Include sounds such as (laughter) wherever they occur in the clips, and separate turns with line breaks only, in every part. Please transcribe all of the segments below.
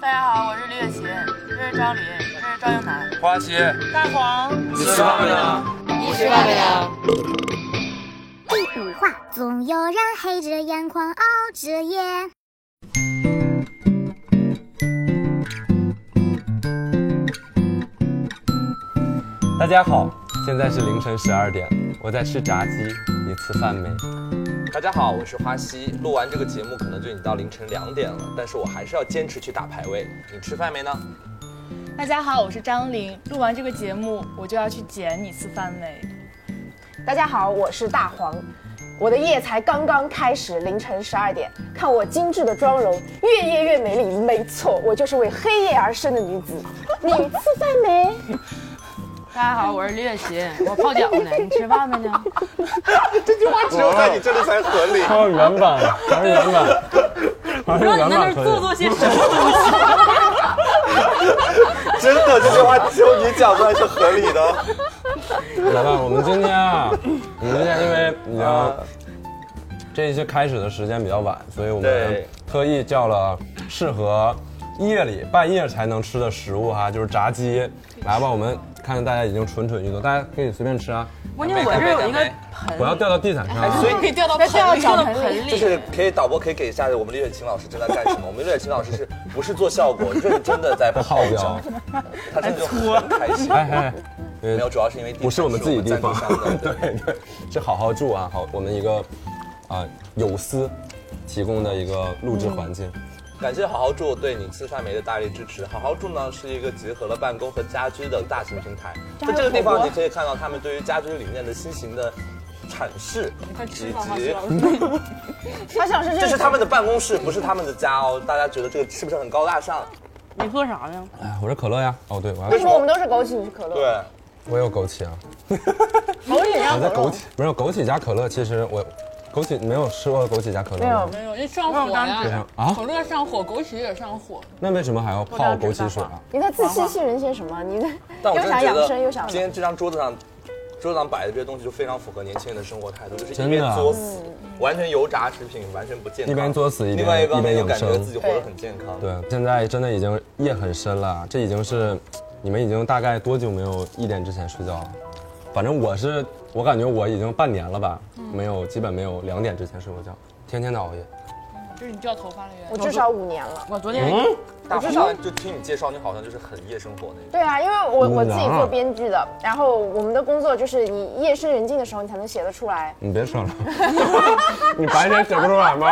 大家好，我是李雪琴，这是张琳，这是赵英男，
花溪，
大黄。
你吃饭没呢？
你吃饭没呢？
第五话，总有人黑着眼眶熬着夜。
大家好，现在是凌晨十二点，我在吃炸鸡，你吃饭没？
大家好，我是花溪。录完这个节目可能就已经到凌晨两点了，但是我还是要坚持去打排位。你吃饭没呢？
大家好，我是张琳。录完这个节目，我就要去捡你吃饭
(laughs)
没。
大家好，我是大黄，我的夜才刚刚开始，凌晨十二点。看我精致的妆容，越夜越美丽。没错，我就是为黑夜而生的女子。你吃饭没？
大家好，我是李雪琴，我泡脚呢，你吃饭没呢？
这句话只有在你这里才合理。
还有原版，还是原版，还是
让你
原
在那
版
儿
可
做
以。
做些什么？
真的，这句话只有你讲出来是合理的。
来吧，我们今天啊，我们今天因为你知道，这一期开始的时间比较晚，所以我们
对
特意叫了适合夜里半夜才能吃的食物哈、就是炸鸡。来吧，我们看看大家已经蠢蠢欲动，大家可以随便吃啊，
关键我这有一个
不要
盆，
掉到地毯上、啊。
所以
可以掉到盆里，掉到盆
就
(laughs) 里。
是可以，导播可以给一下我们李雪琴老师正在干
(laughs)
什么？我们李雪琴老师是不是做效果，就是真的在
不好
泡脚
表，，
他真的就很开心。
哎哎，
(laughs) 没有，
呃，
主要是因为地方
不是我们自己地方
是我们赞，助商的
对对，是好好住啊，好，我们一个啊、有思提供的一个录制环境，
感谢好好住对你吃饭没的大力支持。好好住呢是一个集合了办公和家居的大型平台，在这个地方你可以看到他们对于家居理念的新型的阐释，以及
他想是
这
这
是他们的办公室，不是他们的家哦。大家觉得这个是不是很高大上？
你喝啥呀？
哎，我是可乐呀，哦对，我还
为什么我们都是枸杞，你是可乐？
对，
我有枸杞啊，
枸杞加
我在
可
枸
乐
杞。没有枸杞加可乐，其实我枸杞没有吃过枸杞加可乐吗，
没有
没有，这上火
对
呀
啊！啊
可乐上火，枸杞也上火。
那为什么还要泡枸杞水啊？
你在自欺欺人些什么？你在
但我
又
真的
想
觉
养生又
得
想
今天这张桌子上。桌子上摆的这些东西就非常符合年轻人的生活态度，就是一
真的
边
啊
作死，
嗯
完全油炸食品，完全不健康；
一边作死一边
另外一方面又
一边养
感觉
生
自己活得很健康。
对，现在真的已经夜很深了，这已经是你们已经大概多久没有一点之前睡觉了？反正我是，我感觉我已经半年了吧，没有，基本没有两点之前睡过觉，天天的熬夜。
(laughs) 就是你掉头发的原
我
因。
至少五年了。
我昨天
大
至
黄
少
就听你介绍，你好像就是很夜生活
(laughs)
那种。
对啊，因为我我自己
嗯
做编剧的，然后我们的工作就是你夜深人静的时候你才能写得出来。
你别说了， (laughs) 你白天写不出来吗？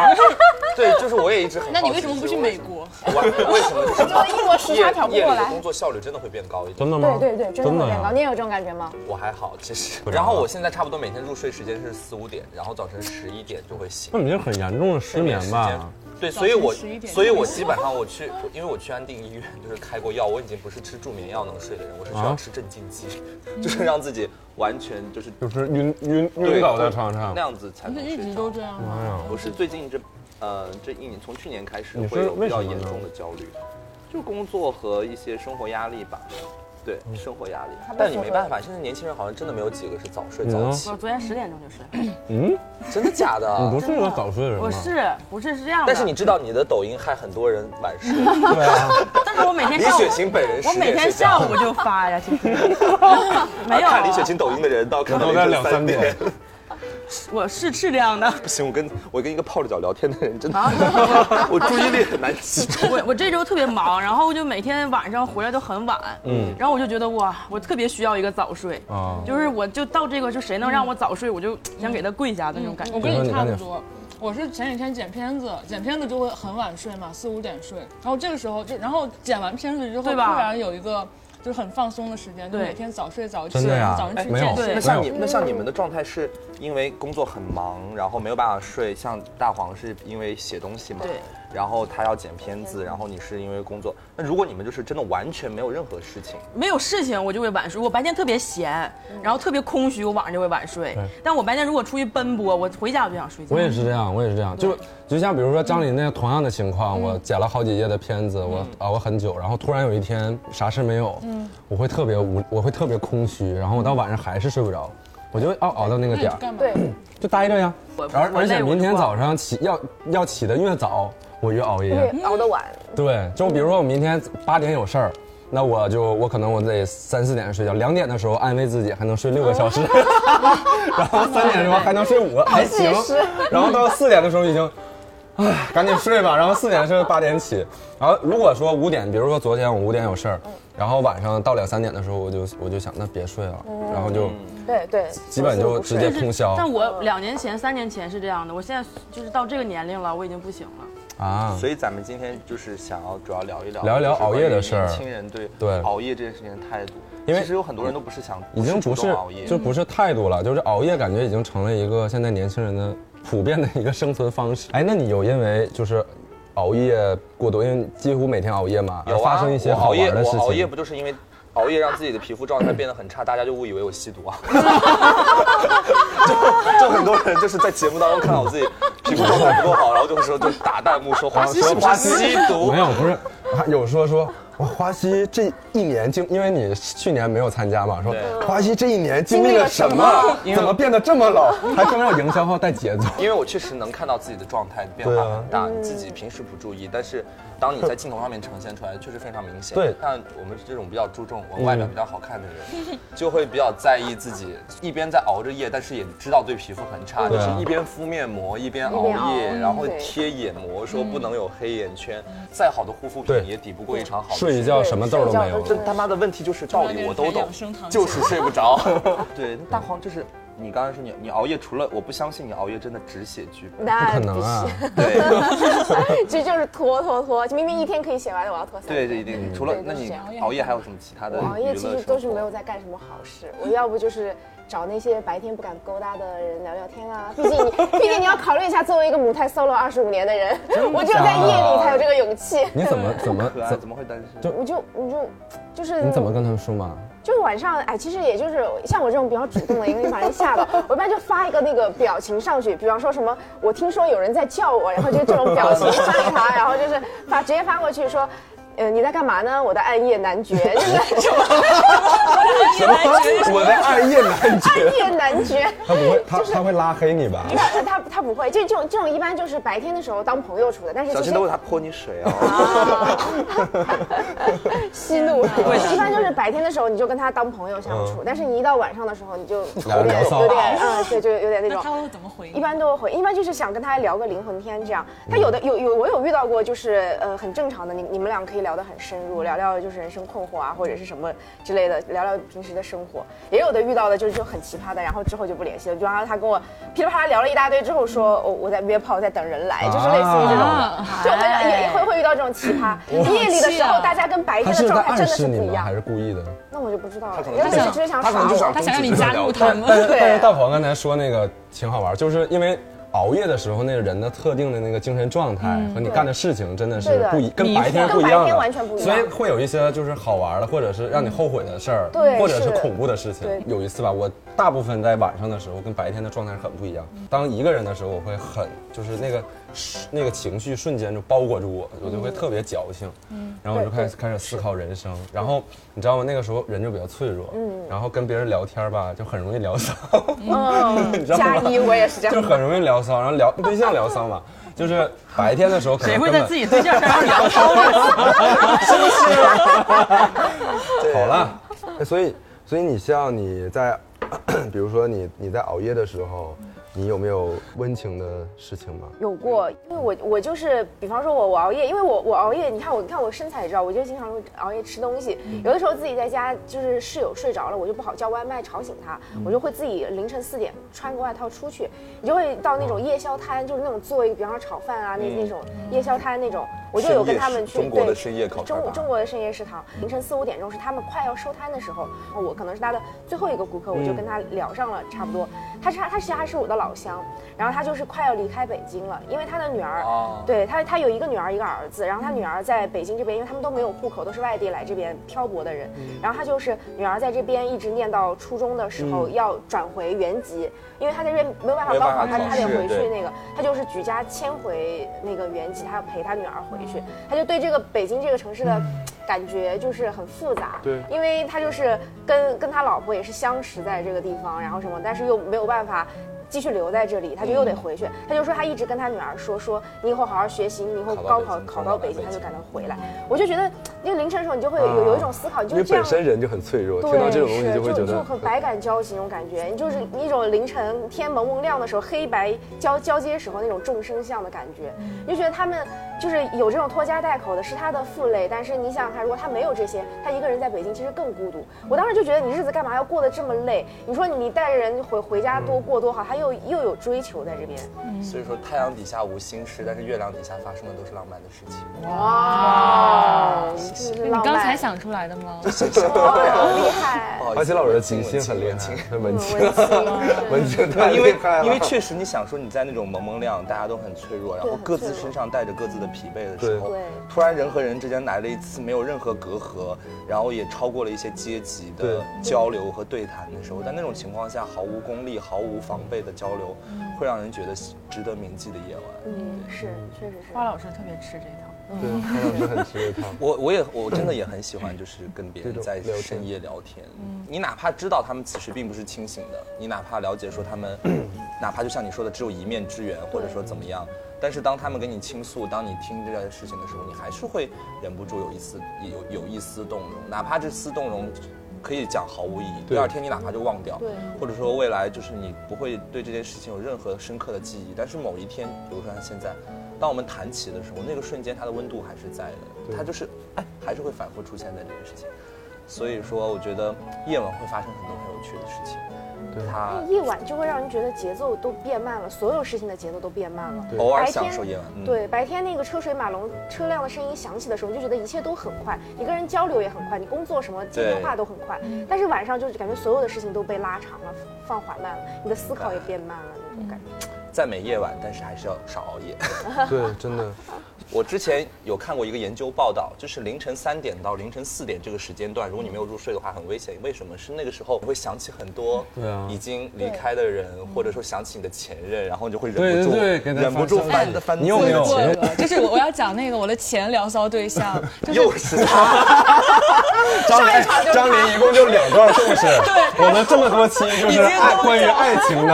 对，就是我也一直很。
那你为什么不去美？国？
我 (laughs) 为
(laughs)
什么就是
因为英国时差调不
夜夜
过
里的
来
工。作效率真的会变高一点。
真的吗
对？对对，真的会变高。
呀
你也有这种感觉吗？
我还好，其实。
知道
然后我现在差不多每天入睡时间是四五点，然后早晨十一点就会醒
那。你这很严重的失眠吧？？
对，所以我
11点
所以我基本上我去，因为我去安定医院就是开过药，我已经不是吃助眠药能睡的人，我是需
啊
要吃镇静剂， (laughs) 就是让自己完全就是
就是晕晕
对
嗯晕倒在床上
那。样子才
不
能
是
睡
一
着。
直都这样吗？
哎呀，
我是最近这，呃，这一年从去年开始
你是
会有
为
比
什
较
么
严
呢
重的焦虑，就工作和一些生活压力吧。对，
嗯
生活压力
被。
但你
社
没
会
办法，现在年轻人好像真的没有几个是早睡
你
早
呢
起
我，昨天十点钟就睡，
嗯，
真的假
你不
的？
是个早睡的人吗？
(clears throat) 我是不是是这样的？
但是你，知道你的抖音害很多人晚
(laughs)
睡，
对啊，
但是我每天
李
上午
雪，琴本人
我
十
每
点
天
睡
下
觉。
午就发呀，其实 (laughs) 没有
看李
啊
雪。琴抖音的人到可
我
能
都在
凌晨
两三点。
我是是这样的，
(laughs) 不行，我跟我跟一个泡着脚聊天的人真的，
啊
(laughs) 我注意力很难集中。
我我这周特别忙，然后就每天晚上回来都很晚，嗯，然后我就觉得哇，我特别需要一个早睡，
啊，
就是我就到这个，就谁能让我早睡，我就想给他跪下的那种感觉。
嗯我跟你差不多。我是前几天剪片子，剪片子就会很晚睡嘛，四五点睡。然后这个时候就，然后剪完片子之后，
对
突
吧
然有一个就是很放松的时间，就
对
每天早睡早起，
真的呀
早上去
哎没有
健身
对
那。像
没
你那像你们的状态是因为工作很忙，然后没有办法睡。像大黄是因为写东西嘛，
对，
然后他要剪片子，然后你是因为工作。那如果你们就是真的完全没有任何事情，
没有事情我就会晚睡，我白天特别闲，然后特别空虚，我晚上就会晚睡
对。
但我白天如果出去奔波，我回家我就想睡觉。
我也是这样，我也是这样，就就像比如说张琳那同样的情况，我剪了好几页的片子，我熬了很久，然后突然有一天啥事没有，我会特别无，我会特别空虚，然后我到晚上还是睡不着，我就会哦熬熬到那个
那你
点
去
儿
干嘛？
对，
就待着呀
我，
而
我
而且
累我就
明天
逛
早上起要要起得越早，我越熬夜。
越熬得晚。
对，就比如说我明天八点有事儿，那我就我可能我得三四点睡觉，两点的时候安慰自己还能睡六个小
(laughs)
时，然后三点的时候还能睡五个，还行。然后到四点的时候已经，唉，赶紧睡吧。然后四点睡到八点起。然后如果说五点，比如说昨天我五点有事
嗯
儿，然后晚上到两三点的时候，我就我就想那别睡了，
哦
然后就
对对，
基本就直接通宵
但我两年前、三年前是这样的，我现在就是到这个年龄了，我已经不行了。
啊。
所以咱们今天就是想要主要聊一聊，
聊一聊
就是关于
熬夜的事儿
年轻人对
对
熬夜这件事情的态度，
因为
其实有很多人都不是想
已经不
主
是
动熬夜，嗯
就不是态度了，就是熬夜感觉已经成了一个现在年轻人的普遍的一个生存方式。哎，那你有因为就是熬夜过度，因为你几乎每天熬夜嘛，而
有啊
发生一些
我
好
熬夜
玩的事
我熬夜
情？
不就是因为熬夜让自己的皮肤状态变得很差，大家就误以为我吸毒啊。 (laughs) 就就很多人就是在节目当中看到我自己皮肤状态不够好，然后就说就打弹幕说花西是不是吸毒
没？有，不是，还有说说。我花西这一年经，因为你去年没有参加嘛，说
对
花西这一年经历了什么，怎么变得这么老，还专门要营销号带节奏。
因为我确实能看到自己的状态变
对
化
啊
很大，你自己平时不注意，但是当你在镜头上面呈现出来，确实非常明显。
对
像我们这种比较注重我外表比较好看的人，嗯 (laughs) 就会比较在意自己一边在熬着夜，但是也知道对皮肤很差，
对
就
啊
是一边敷面膜一边熬嗯
一边熬
夜，然后
对
贴眼膜，说不能有黑眼圈，再好的护肤
对
品也抵不过一场好
睡
的
一觉什么痘儿都没有了
这他妈的问题就是道理我都懂
养生堂，
就是睡不着。 (laughs) 对，大黄就是你刚才说你你熬夜，除了我不相信你熬夜真的只写剧
(laughs)
本，
那
不可能啊！
对
(laughs) 这就是拖拖拖，明明一天可以写完的，我要拖三
对
天。
这一定。除了
对
那
就是
你
这样
熬夜还有什么其他的
我熬夜
娱
其
乐
实
生
都是没
活
有在干什么好事，我要不就是找那些白天不敢勾搭的人聊聊天啊。 (laughs) 毕竟你，毕竟你要考虑一下，作为一个母胎 solo 二十五年的人，我只有在夜里才有这个勇气。
你怎么怎
(laughs)
么
可爱
怎
啊怎么会单身？
就
我就我就就是
你怎么跟他们说嘛？
就晚上哎，其实也就是像我这种比较主动的，因为把人吓到，我一般就发一个那个表情上去，比方说什么我听说有人在叫我，然后就这种表情发给他，然后就是发直接发过去说。呃，你在干嘛呢？我的暗夜男爵，就是 (laughs) 什么
什么？
(laughs)
我在暗夜男爵
暗，夜男爵，
他不会，他他会拉黑你吧？
他他他不会，这这种这种一般就是白天的时候当朋友处的，但是
小
其
心
实
都为他泼你水啊！
(laughs) 息怒，一般就是白天的时候你就跟他当朋友相处，但是你一到晚上的时候你就有
聊
点
骚
有点嗯，对，就有点那
那
种
他。会怎么回
一
应？
般都会回，一般就是想跟他聊个灵魂天这样。他有的
嗯
有有我有遇到过，就是呃很正常的，你你们俩可以聊得很深入，聊聊就是人生困惑啊或者是什么之类的，聊聊平时的生活。也有的遇到的就是就很奇葩的，然后之后就不联系了。比方说他跟我噼里啪啦聊了一大堆之后说，
嗯
我、我在约炮，在等人来，就是类似于这种的，
啊
就会也也会会遇到这种奇葩。夜里的时候大家跟白
他
天的
是在
状态
暗
真的是
示
不
你
一
吗？
样
还。是故意的？
那我就不知道了
他可，能
也
就
许
想
只是想
他可
耍
能就想
我。
他想让你
终止
加
不了
入他们。
但是
对
但是大黄刚才说那个挺好玩，就是因为熬夜的时候那个人的特定的那个精神状态和你干的事情真的
嗯对
是
的
不一，跟白天
跟
不一
白
样
天
的，
完全不一样
所以会有一些就是好玩的，或者是让你后悔的事儿，
对
或者是
是
恐怖的事情
对。
有一次吧，我大部分在晚上的时候跟白天的状态是很不一样。当一个人的时候，我会很就是那个那个情绪瞬间就包裹住我，我就会特别矫情，
嗯
然后我就开始开始思考人生。然后你知道吗？那个时候人就比较脆弱，然后跟别人聊天吧，就很容易聊
(laughs)
骚。你知道
嗯加
吗？
一我也是这样
就。很容易聊骚，然后聊对象聊骚嘛，就是白天的时候可能
谁会
根
在
本
自己对象身上聊骚呢？
(laughs)
好了，哎所以所以你像你在，比如说你你在熬夜的时候，你有没有温情的事情吗？
有过，
嗯
因为我我就是，比方说我我熬夜，因为我我熬夜，你看我你看我身材也知道，我就经常会熬夜吃东西，
嗯
有的时候自己在家就是室友睡着了，我就不好叫外卖吵醒他，
嗯
我就会自己凌晨四点穿个外套出去，你就会到那种夜宵摊，就是那种做一个，比方说炒饭啊那那种夜宵摊那种，我就有跟他们去
嗯深夜中国的
对
深夜烤串吧嗯
中中国的深夜食堂，凌晨四五点钟是他们快要收摊的时候，我可能是他的最后一个顾客，
嗯
我就跟他聊上了，差不多。他是他其实还是我的老乡，然后他就是快要离开北京了，因为他的女儿，
哦
对他他有一个女儿一个儿子，然后他女儿在北京这边，因为他们都没有户口，都是外地来这边漂泊的人，
嗯
然后他就是女儿在这边一直念到初中的时
嗯
候、要转回原籍，因为他在这边没有办法
没有
高
办
考，
法
他
考
他得
试
回去
对
那个，他就是举家迁回那个原籍，他要陪他女儿回
嗯
去，他就对这个北京这个城市的感觉就是很复杂，
对
因为他就是跟跟他老婆也是相识在这个地方，然后什么，但是又没有办法。继续留在这里，他就又得回去。他就说他一直跟他女儿说，说你以后好好学习，你以后
考到
高
北
考
京
考
考
到
到
北
北
京，他就
京
赶能回来。我就觉得，因为凌晨的时候你就会有有有一种思考，你
因
就
为
这样
本。身人就很脆弱，
对，
听到这种东西
是
就会觉
就
得
很百感交集那种感觉，你就是一种凌晨天蒙蒙亮的时候，黑白交交接时候那种众生相的感觉，
嗯
你就觉得他们就是有这种拖家带口的，是他的负累。但是你想想看，如果他没有这些，他一个人在北京其实更孤独。我当时就觉得你日子干嘛要过得这么累？你说你带着人回回
嗯
家多过多好，他又又有追求在这边。
所以说太阳底下无心事，但是月亮底下发生的都是浪漫的事情。
哇，你
你刚才想出来的吗？
好厉害，嗯
不好意思
而且老师的
文
即
青
兴很厉
文青
害，很 (laughs) 文青，
文
(laughs)
青。
文青太
因
厉
为
害了。
因为确实，你想说你在那种蒙蒙亮，大家都很脆弱，然后
很
各
脆
自
弱
身上带着各自的疲惫的时
对
候
对，
突然人和人之间来了一次没有任何隔阂，然后也超过了一些阶级的
对
交流和对谈的时候，在那种情况下毫无功利、毫无防备的交流，会让人觉得值得铭记的夜晚。
嗯，是，确实是。
花老师特别吃这一套。
对，潘老师很吃这一套。
(laughs) 我我也我真的也很喜欢，就是跟别人在
这种聊天
深夜聊天。你哪怕知道他们此时并不是清醒的，你哪怕了解说他们，哪怕就像你说的只有一面之缘，或者说怎么样，但是当他们给你倾诉，当你听这件事情的时候，你还是会忍不住有一丝有有一丝动容，哪怕这丝动容。可以讲毫无意义，
对
第二天你哪怕就忘掉，
对
或者说未来就是你不会对这件事情有任何深刻的记忆，但是某一天，比如说像现在，当我们谈起的时候，那个瞬间它的温度还是在的，它就是哎还是会反复出现在这件事情。所以说，我觉得夜晚会发生很多很有趣的事情。
对
它
夜晚就会让人觉得节奏都变慢了，所有事情的节奏都变慢了。
偶尔
白天
享受夜晚，嗯，
对，白天那个车水马龙、车辆的声音响起的时候，你就觉得一切都很快，你跟人交流也很快，你工作什么接电话都很快。但是晚上就感觉所有的事情都被拉长了，放缓慢了，你的思考也变慢了那种感觉。
赞美夜晚，但是还是要少熬夜。 (laughs)
对，真
(laughs)
的，
我之前有看过一个研究报道，就是凌晨三点到凌晨四点这个时间段，如果你没有入睡的话，很危险。为什么？是那个时候你会想起很多
对啊
已经离开的人，
嗯
或者说想起你的前任，然后你就会忍
对
不住
对对给他
忍不住
翻
翻
哎
翻。
你有
自己
没有
的前
过
任
了
就是我要讲那个我的前聊骚对象，就是
又是他，张琳，张琳一共就两段，是不是？
我们这么多期就是爱关于爱情的，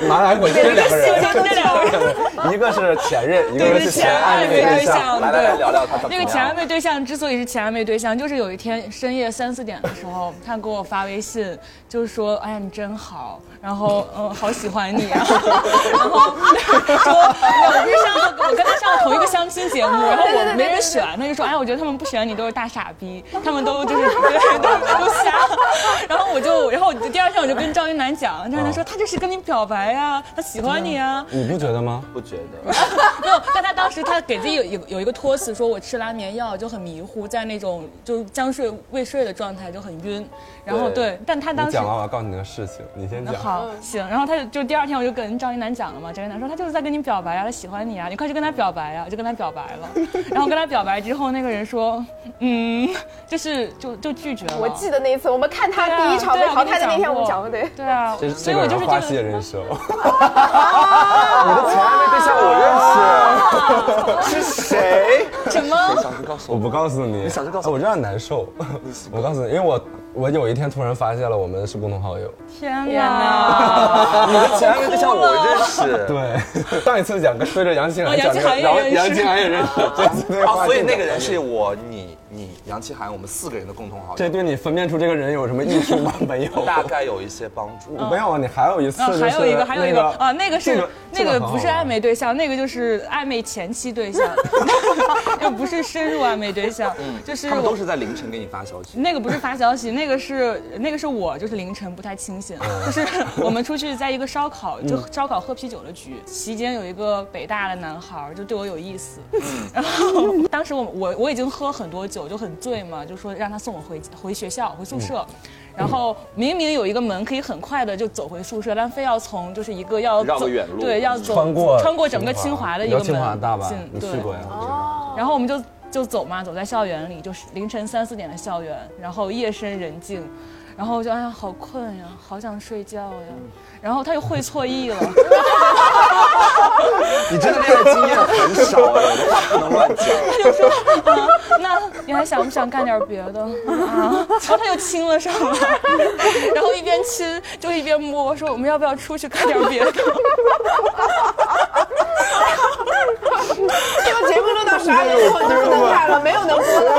他拿来回这两个
(laughs)
人，
就那两个
一个是前任，一个
对
是
对
前
前
暧昧
暧昧
对
对
象。
象，
来来来，
对。
聊聊他怎么
那
样
个前暧昧对象之所以是前暧昧对象，就是有一天深夜三四点的时候，他给我发微信，就是说：“哎呀，你真好，然后嗯，好喜欢你啊。”然后说：“我不是上过我跟他上了同一个相亲节目，然后我没人选，他就说：‘哎，我觉得他们不选你都是大傻逼，他们都就是对都都瞎。’然后我就，然后我就第二天我就跟赵云楠讲，赵云楠说：‘他这是跟你表白呀、他喜欢你啊。’
你不觉得吗？
不觉
(laughs)
得？
没有，但他当时他给自己有有有一个托词，说我吃拉眠药就很迷糊，在那种就是将睡未睡的状态就很晕，然后
对
对，但他当
你
时
讲完我要告诉你个事情，你先
那
讲。
嗯
好行，然后他就就第二天我就跟张一楠讲了嘛，张一楠说他就是在跟你表白啊，他喜欢你啊，你快去跟他表白啊，我就跟他表白了，然后跟他表白之后，那个人说，嗯，就是就就拒绝了，
我记得那一次，我们看他第一场被
对啊
淘汰的那天，我们讲过，
对
对
啊，。对
这，
啊所
这
以
个
我就
人
是
花
这
谢
个。
人
(laughs)
生，
我的前暧昧对象我
谁？
什么？
小时告诉
我不告诉你，你
小时候告诉我
我让你难受。我告诉你，因为我我有一天突然发现了我们是共同好友。
天哪！
我，你的前暧昧对象我认
(laughs)
识。
对， (laughs) 上一次讲对着杨欣
哦
然
杨
讲
清
这个，
涵也
然后
认识哦
杨欣然也认识，
(laughs)
这次对
啊，
话
所以
就
那个
讲
人是我、你、你、杨奇涵，我们四个人的共同好
这
友，
对你分辨出这个人有什么益处吗？没有，
大概有一些帮助。
(laughs)
嗯
没有啊。你还有一次
啊，
就是
还有一个，还有一个
那
啊，那个
这
是那
这
个
很好啊
不是
玩
暧昧对象，那个就是暧昧前期对
(laughs)
象，又不是深入暧昧对象，就是
嗯他们都
我。
是在凌晨给你发消息。
那个不是发消息，那个是那个是我，就是凌晨不太清醒，就是我们出去在一个烧烤，就烧烤喝啤酒的局，期间有一个北大的男孩儿就对我有意思，然后 (laughs) 当时我我我已经喝很多酒，就很醉嘛，就说让他送我回回学校回宿舍，然后明明有一个门可以很快的就走回宿舍，但非要从就是一个要
绕个
走
远路
对，要走
穿过
穿过整个清华的一个
你知道清华
门
大吧
进？
你去
对
过呀？
哦，
然后我们就就走嘛，走在校园里，就是凌晨三四点的校园，然后夜深人静，然后我就哎呀好困呀，好想睡觉呀，
嗯
然后他就会错意了， (laughs)
你真的恋爱经验很少哎，
(laughs)
我的话不能乱讲。
他就说、啊，那你还想不想干点别的 (laughs) 啊？然后他就亲了上来， (laughs) 然后一边亲就一边摸，说我们要不要出去干点别的？ (laughs)
这个节目录到十二点以后
(laughs)
就不能看了，没有能播的。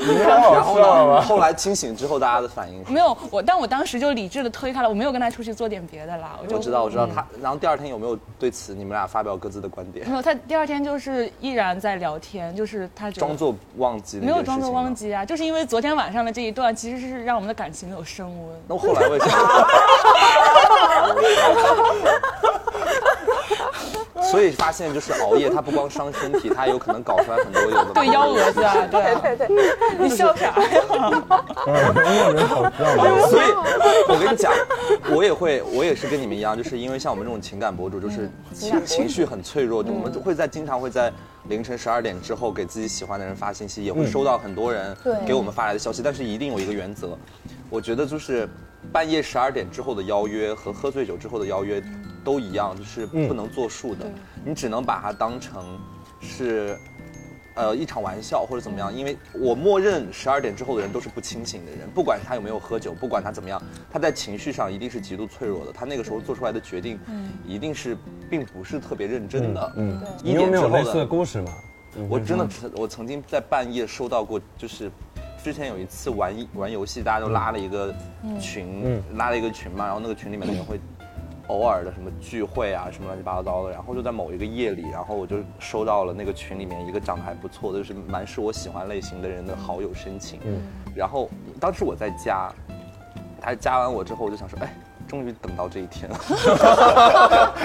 你太
然后呢，？
(laughs)
后来清醒之后大家的反应是，
啊没有我，但我当时就理智的推开了，我没有跟他出去做点别的啦，我就
我知道我知
嗯
道他，然后第二天有没有对此你们俩发表各自的观点
没？有，他第二天就是依然在聊天，就是他觉得
装作忘记那件事情
没
吗
有装作忘。记啊，就是因为昨天晚上的这一段，其实是让我们的感情有升温。
那后来为什
(laughs)
么？所以发现就是熬夜，它不光伤身体，它有可能搞出来很多有的没的
对幺蛾子啊，对啊，
对对对，
你笑啥呀？
(laughs)
那人好 (laughs) 漂亮。
所 (laughs) 以，我跟你讲，我也会，我也是跟你们一样，就是因为像我们这种情感博主，嗯就是嗯情情绪很脆弱，我们会在经常会在凌晨十二点之后给自己喜欢的人发信息，也会收到很多人给我们发来的消息，但是一定有一个原则，我觉得就是半夜十二点之后的邀约和喝醉酒之后的邀约都一样，就是不能作数的，你只能把它当成是。呃一场玩笑或者怎么样，因为我默认十二点之后的人都是不清醒的人，不管他有没有喝酒，不管他怎么样，他在情绪上一定是极度脆弱的，他那个时候做出来的决定，一定是并不是特别认真的。嗯，
你
一
有
点
没
之
有
后
类似的
的，
故事吗？
我真的我曾经在半夜收到过，就是。之前有一次玩一玩游戏，大家都拉了一个群，
嗯
拉了一个群嘛，然后那个群里面的人会偶尔的什么聚会啊，什么乱七八糟的，然后就在某一个夜里，然后我就收到了那个群里面一个长得还不错的，就是蛮是我喜欢类型的人的好友申请。
嗯
然后当时我在加，他加完我之后，我就想说，哎，终于等到这一
(laughs)
天了。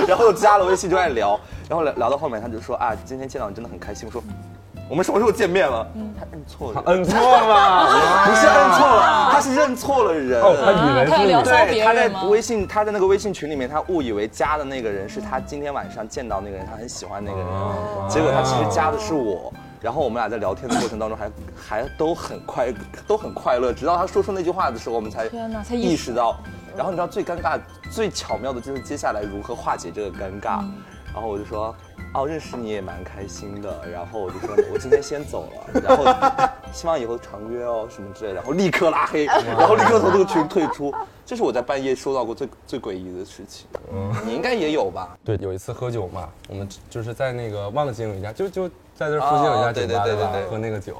然后加了微信就爱聊，然后聊聊到后面，他就说啊，今天见到你真的很开心。我说，我们什么时候见面了？
嗯
他摁啊嗯错了人，
摁错了，
不是摁错了，他是认错了
(laughs)
人。
哦，他以为
他有
是
聊骚
对，
别
他在
人吗？
微信，他在那个微信群里面，他误以为加的那个人是他今天晚上见到那个人，他很喜欢那个人，结果他其实加的是我。然后我们俩在聊天的过程当中还，还都很快，都很快乐。直到他说出那句话的时候，我们才
天哪才意识
意识到。然后你知道最尴尬、最巧妙的就是接下来如何化解这个尴尬。
嗯
然后我就说，哦，认识你也蛮开心的。然后我就说，我今天先走了，然后希望以后常约哦什么之类的。然后立刻拉黑，
嗯
然后立刻从这个群退出。这是我在半夜收到过最最诡异的事情。
嗯
你应该也有吧？
对，有一次喝酒嘛，我们就是在那个忘了金有一家，就就在这附近有一家
哦对
酒吧
对对
吧
对对对
喝那个酒，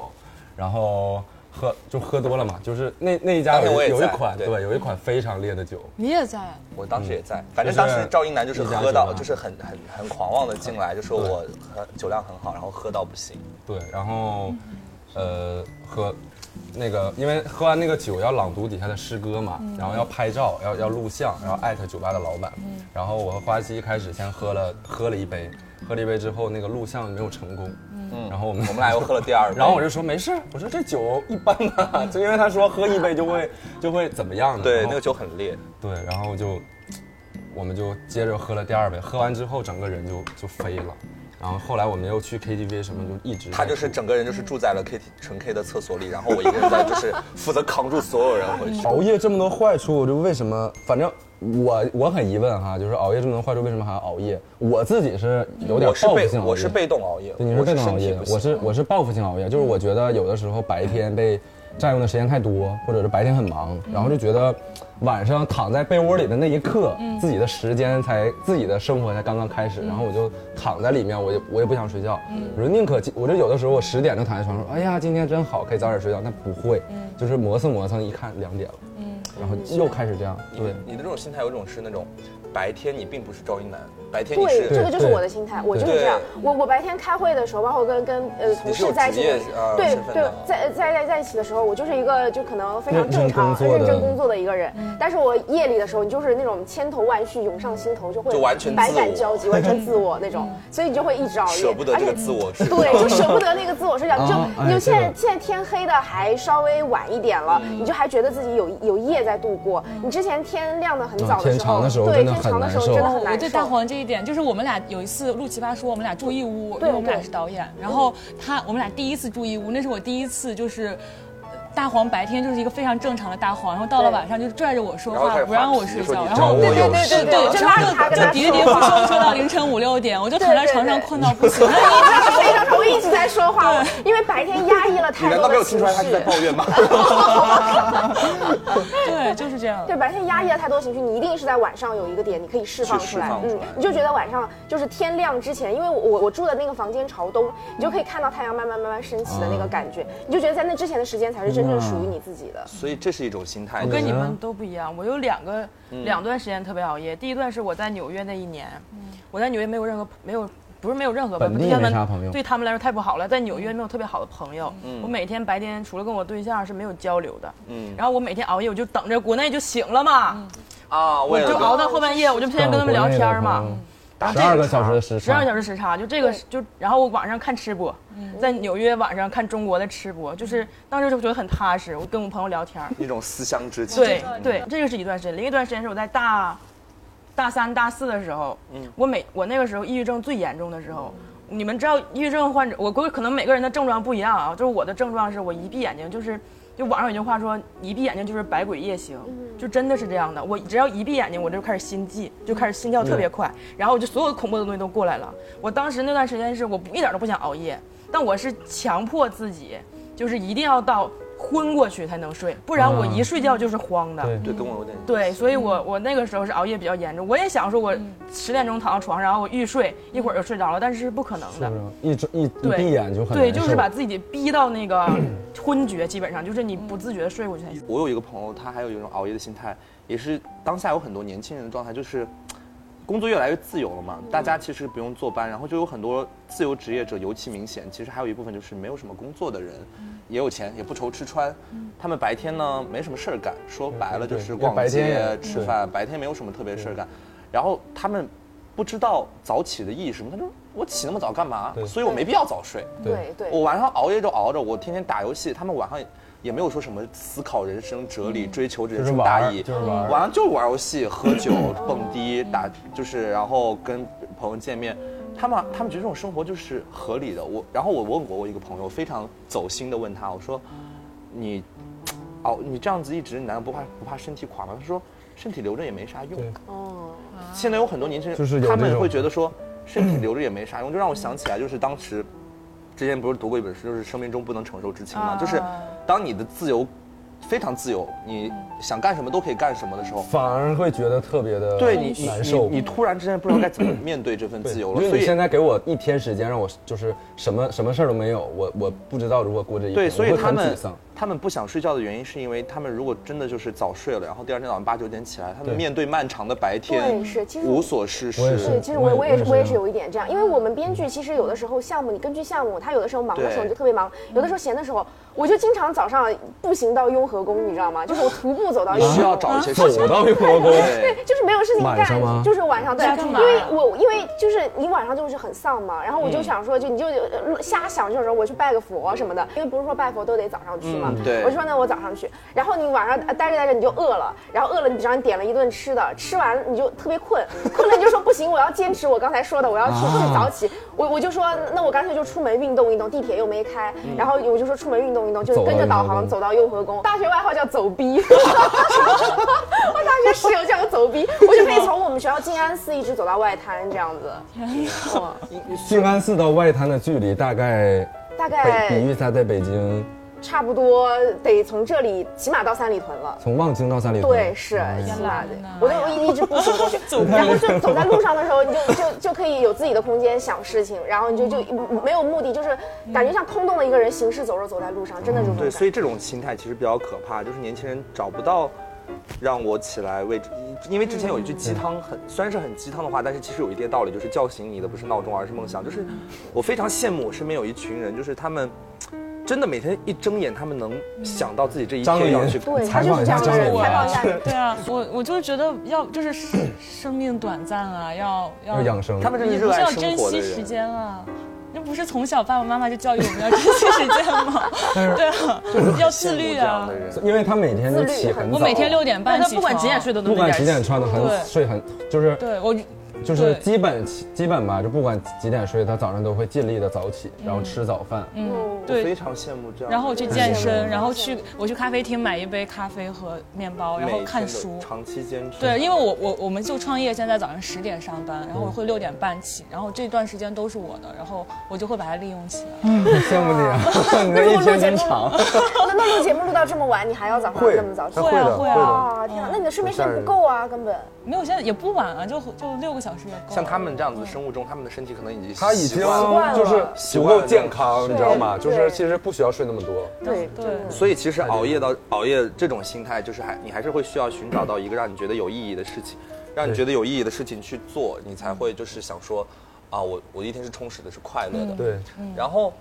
然后喝就喝多了嘛，就是那那一家
当天
有
我也
有一
在
款
对
对有一款非常烈的酒，
你也在？
我当时也在，反
就
正
是
当时赵英男就是喝到，
嗯一家酒吧
就是很很很狂妄的进来，就说我喝酒量很好，然后喝到不行。
对，然后呃喝那个因为喝完那个酒要朗读底下的诗歌嘛，然后要拍照要要录像，然后艾特酒吧的老板，然后我和花西一开始先喝了喝了一杯，喝了一杯之后那个录像没有成功，然后我们
嗯我们俩又喝了第二杯，
然后我就说没事儿，我说这酒一般吧，就因为他说喝一杯就会就会怎么样呢？
对
然后
那个酒很烈，
对，然后就我们就接着喝了第二杯，喝完之后整个人就就飞了，然后后来我们又去 KTV 什么就一直
他就是
在
整个人就是住在了 K T 纯 K 的厕所里，然后我一个人在就是负责扛住所有人
(laughs)
回去。
熬夜这么多坏处，我就为什么？反正我我很疑问哈，就是熬夜这么多坏处，为什么还要熬夜？我自己是有点
我是
报复
被
性熬夜，
我是被动熬夜，
对，你是
我
被
是
动熬
身体
夜
不，行
我是我是报复性熬夜，就是
嗯
我觉得有的时候白天被占用的时间太多，或者是白天很忙，然后就觉得晚上躺在被窝里的那一刻，
嗯
自己的时间才自己的生活才刚刚开始，然后我
嗯
就躺在里面，我就我也不想睡觉，我就宁可我就有的时候我十点就躺在床上说，哎呀今天真好，可以早点睡觉，但不会，
嗯
就是磨蹭磨蹭，一看两点了，然后又开始这样，
嗯
对。
你的这种心态有一种是那种，白天你并不是赵一楠，白天你
对，这
是
个就是我的心态，我就是这样。我我白天开会的时候，包括跟跟呃同事在一起的时候，
你是有职业
对
呃身份
对
的，
在在在在一起的时候，我就是一个就可能非常
认真
正常、
工作的
认真工作的一个人。
嗯
但是我夜里的时候，你就是那种千头万绪涌上心头，就会
就完全
百
自
感
我
交集，完全自
(laughs)
我那种，所以你就会一直熬夜，
舍不得
而
这
且
个自我是吧。
对，就舍不得那个自我睡觉，你就、
啊
你
哎
就现在
对
现在天黑的还稍微晚
嗯
一点了，你就还觉得自己有有夜在度过。你之前天亮的很早的
啊天
时候，
长的时候
对
真的
长的时候
很难受
真的很
我
难
对大
受。
黄这一点，就是我们俩有一次录《奇葩说》，我们俩住一屋，因
对
为我们俩
对
是导演。然后他，我们俩第一次住一屋，那是我第一次就是。呃大黄白天就是一个非常正常的大黄，然后到了
对
晚上就拽着我说
然后
话
开始，
不让
发
我
脾气
睡
说
觉，
你
然
找
后
我
对对
有
对对
事。
对，就拉着
他跟
就
他
喋喋不 (laughs) 休，说到凌晨五六点，我就躺在床上
对对对
困到不行。然后
他是非常常一直在说话，因为白天压抑了
你
太
难
多
道没有
的情
听出来他是在
绪。
抱怨吗？
对，就是这样。
对，白天压抑了太多情绪，你一定是在晚上有一个点，你可以释放出来
去释。放出
嗯
来，
你就觉得晚上就是天亮之前，因为我我我住的那个房间朝东，你就可以看到太阳慢慢慢慢升起的那个感觉，你就觉得在那之前的时间才是真正属于你自己的。
(laughs) 所以这是一种心态。
我
就是
跟你
嗯
们都不一样，我有两个、两段时间特别熬夜。第一段是我在纽约那一年，我在纽约没有任何没有不是没有任何吧，
嗯本地
对他
没啥
们
朋友
对他们来说太不好了，在纽约没有特别好的朋友。我每天白天除了跟我对象是没有交流的，
嗯
然后我每天熬夜，我就等着国内就醒了嘛，
嗯
啊，为了
就
跟
熬到后半夜，我就天天跟他们聊天嘛。
打十二个小时的时
十
差
二，小时时差，就这个是就，然后我晚上看吃播，
嗯
在纽约晚上看中国的吃播，就是当时就觉得很踏实。我跟我朋友聊天儿，
一种思乡之情。
对对，这个是一段时间。另一段时间是我在大大三、大四的时候，我每我那个时候抑郁症最严重的时候，你们知道抑郁症患者，我估计可能每个人的症状不一样啊，就是我的症状是我一闭眼睛就是。就网上有句话说，一闭眼睛就是百鬼夜行，就真的是这样的。我只要一闭眼睛，我就开始心悸，就开始心跳特别快，然后我就所有恐怖的东西都过来了。我当时那段时间是我不一点都不想熬夜，但我是强迫自己，就是一定要到昏过去才能睡，不然我一睡觉就是慌的。
嗯对
对，跟我有点。
对，所以我我那个时候是熬夜比较严重，我也想说，我
嗯
十点钟躺到床上，然后我欲睡，一会儿就睡着了，但是是不可能的。
一睁一一
对
闭眼就很
对，
难
就
受
是把自己逼到那个昏厥，基本上就是你不自觉地睡过去才行。
我有一个朋友，他还有一种熬夜的心态，也是当下有很多年轻人的状态，就是工作越来越自由了嘛，大家其实不用坐班，然后就有很多自由职业者尤其明显。其实还有一部分就是没有什么工作的人，也有钱，也不愁吃穿，他们白天呢没什么事儿干，说白了就
对
是逛
白天
街
也、
吃饭，白天没有什么特别事儿干，然后他们不知道早起的意义是什么，他说我起那么早干嘛？
对
所以我没必要早睡。
对对，
我晚上熬夜就熬着，我天天打游戏，他们晚上也没有说什么思考人生哲理、追求人生大义，
就是玩儿就是玩儿
晚上就是玩游戏、喝酒、蹦迪、打，就是然后跟朋友见面。他们他们觉得这种生活就是合理的。我然后我问过我一个朋友，非常走心的问他，我说你熬你这样子一直，你难道不怕不怕身体垮吗？他说身体留着也没啥用
对。
哦，
现在有很多年轻人，
就是有
他
这
们
种
会觉得说身体留着也没啥用，就让我想起来，就是当时之前不是读过一本书，就是《生命中不能承受之轻》
啊
嘛，就是当你的自由非常自由，你
嗯
想干什么都可以干什么的时候。
反而会觉得特别的
对你，你
难
你
受。
你突然之间不知道该怎么面对这份自由了，
因
所
为你
以
现在给我一天时间，让我就是什么什么事儿都没有，我我不知道如何过这一天，
对，所以
我会
他
很
们
沮丧。
他们不想睡觉的原因，是因为他们如果真的就是早睡了，然后第二天早上八九点起来，他
对
们面对漫长的白天
对是其实
无所事
我也
事，
是
对，其实
我
我
也
我也
我也
是
是这样
我也是有一点这样，因为我们编剧其实有的时候项目，你根据项目，他有的时候忙的时候
对
你就特别忙，有的时候闲的时候，我就经常早上步行到雍和宫，你知道吗？就是我徒步走到雍
你
和
需
宫。
要找一些事情
走。到雍和宫，
对， (laughs)
就是没有事情
晚上吗
干，就是晚上对
家住，
因
哪儿
为
啊
我因为就是你晚上就是很丧嘛，然后
嗯
我就想说，就你就呃瞎想，就是我去拜个佛什么的，因为不是说拜佛都得早上去嘛
嗯，对
我就说那我早上去，然后你晚上呃待着待着你就饿了，然后饿了你只让你点了一顿吃的，吃完你就特别困， (laughs) 困了你就说不行，我要坚持我刚才说的，我要去
啊
去早起，我我就说那我干脆就出门运动运动，地铁又没开，
嗯
然后我就说出门运动运动，就是跟着导航走到雍和宫，大学外号叫走逼。 (laughs) 我大学室友叫我走逼，我就可以从我们学校静安寺一直走到外滩这样子，
静安寺到外滩的距离大概
大
哎
北比
概
喻它在北京，
差不多得从这里起码到三里屯了。
从望京到三里屯，
对，是
嗯
起码得，我就我一直步行过去，然后 (laughs) 就走在路上的时候，你就就就可以有自己的空间想事情，然后你就就没有目的，就是感觉像空洞的一个人行尸走肉走在路上，真的就是这种
嗯对，
感觉。
所以这种心态其实比较可怕，就是年轻人找不到让我起来为，因为之前有一句鸡汤很，虽然是很鸡汤的话，但是其实有一定道理，就是叫醒你的不是闹钟，而是梦想。就是我非常羡慕我身边有一群人，就是他们。真的每天一睁眼，他们能想到自己这一
张琳
天要去
对
采访一下
他就是这样的
张琳
人采访一
吧，
下
(laughs)
对啊，我我就是觉得要就是生生命短暂啊，要要
要养生。
他们是
你不
热
是
爱
要
生
珍
活的
惜时
人。
间啊。那不是从小爸爸妈妈就教育我们要珍惜时间吗？ (laughs) 对啊，要自律
这样
啊
的！人，
因为他每天都起很早，
我每天六点半
但
起
他
床，
不管几点睡都能
不管
那
几点穿的
对
很睡很，就是
对我
就是
对
基本基本吧，就不管几点睡，他早上都会尽力的早起，然后吃早饭。
嗯
对
非常羡慕这样的人。
然后我去健
嗯
身，然后去我去咖啡厅买一杯咖啡和面包，然
每
后
天
看
的
书。
长期坚持。
对，因为我我我们就创业，现在早上十点上班，然后我会六点半起，然后这段时间都是我的，然后我就会把它利用起来。
羡慕你 (laughs)
哦 (laughs)
啊，你的一天真长。
啊
那 (laughs) 那录节目录到这么晚，你还要早上
会
那么早起
他？会
啊
的，
会
会
啊
的。
哇，天哪！那你的睡眠时
吓
间
人
不够啊，根本。
没有，现在也不晚啊，就就六个小时也够了。
像他们这样子的生物钟，他们的身体可能已经
他已
习
经
惯了
惯了
就是足够健康，你
对
知道吗？
对
就是其实不需要睡那么多。
对真
对
嗯
的
所以其实熬夜到熬夜这种心态，就是还你还是会需要寻找到一个让你觉得有意义的事情，让你觉得有意义的事情去做，你才会就是想说，啊，我我一天是充实的，是快乐的。
对，
然后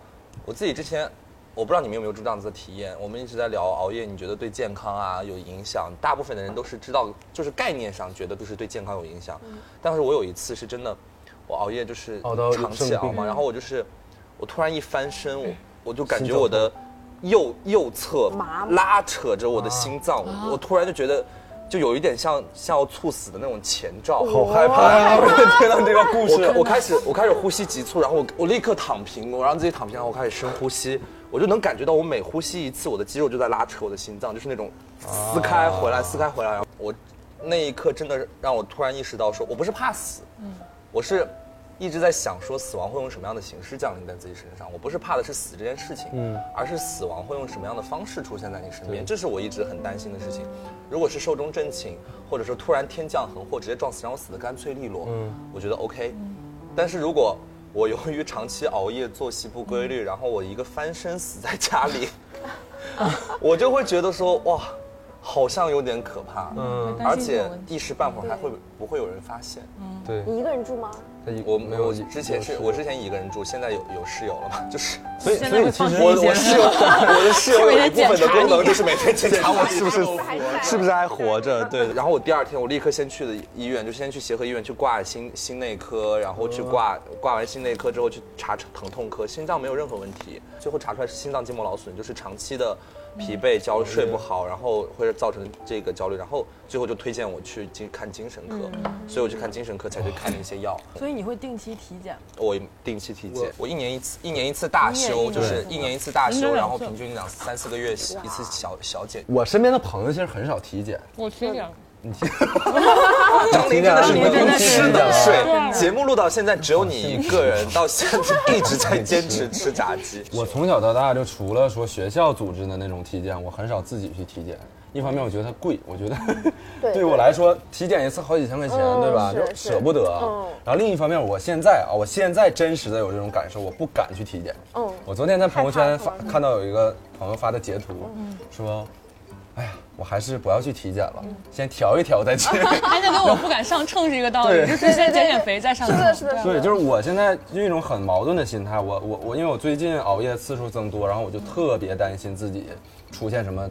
我自己之前，我不知道你们有没有这样子的体验，我们一直在聊熬夜，你觉得对健康啊有影响？大部分的人都是知道，就是概念上觉得就是对健康有影响，但是我有一次是真的，我熬夜就是
熬到
长期
生
熬嘛，
病
然后我就是我突然一翻身，我我就感觉我的右右侧
麻木
拉扯着我的心脏，我我突然就觉得。就有一点像像要猝死的那种前兆，好
害怕呀！ (laughs) 我也听到这个故
我
事，
我开始我开始呼吸急促，然后我我立刻躺平，我让自己躺平，然后我开始深呼吸，我就能感觉到我每呼吸一次，我的肌肉就在拉扯我的心脏，就是那种撕开回
啊
来，撕开回来。然后我那一刻真的让我突然意识到说，我不是怕死，我是一直在想说死亡会用什么样的形式降临在自己身上，我不是怕的是死这件事情，而是死亡会用什么样的方式出现在你身边，这是我一直很担心的事情。如果是寿终正寝，或者说突然天降横祸直接撞死，让我死的干脆利落，我觉得 OK。但是如果我由于长期熬夜、作息不规律，然后我一个翻身死在家里，我就会觉得说哇，好像有点可怕，
嗯，
而且一时半会儿还会不会有人发现。
对，
你一个人住吗？
他一
我没有，
一
之前是我之前一个人住，现在有有室友了嘛， (laughs) 就是
所以所以其实
我我 (laughs) 室友我的室友有一部分的功能就是每天检查我是不是是不是还活着，对。然后我第二天我立刻先去的医院，就先去协和医院去挂心心内科，然后去挂挂完心内科之后去查疼痛科，心脏没有任何问题，最后查出来是心脏筋膜劳损，就是长期的疲惫、焦虑、睡不好，然后会造成这个焦虑，然后最后就推荐我去精看精神科，所以我去看精神科才去看了一些药。
所以你会定期体检吗？
我定期体检，我一年一次，一年一次大休，就是一年一次大休，然后平均两三四个月一次小小检。
我身边的朋友其实很少体检，
我体检，
(laughs)
张琳真的是能吃
啊
能
对
睡，节目录到现在只有你一个人，到现在一直在坚持吃炸鸡。
我从小到大就除了说学校组织的那种体检，我很少自己去体检。一方面我觉得它贵， (laughs) 我觉得
对
(laughs) 对我来说体检一次好几千块钱，
嗯
对吧？
是嗯
就是舍不得。然后另一方面，我现在啊，我现在真实的有这种感受，我不敢去体检。
嗯
我昨天在朋友圈
害怕嗯
发看到有一个朋友发的截图，说，哎呀，我还是不要去体检了，先调一调再
(laughs)
去。 (laughs)
哎，那跟我不敢上秤是一个道理，
对
就是先减减肥再上秤。
是的是的是的
对，就是我现在用一种很矛盾的心态，我我我，因为我最近熬夜次数增多，然后我就特别担心自己出现什么。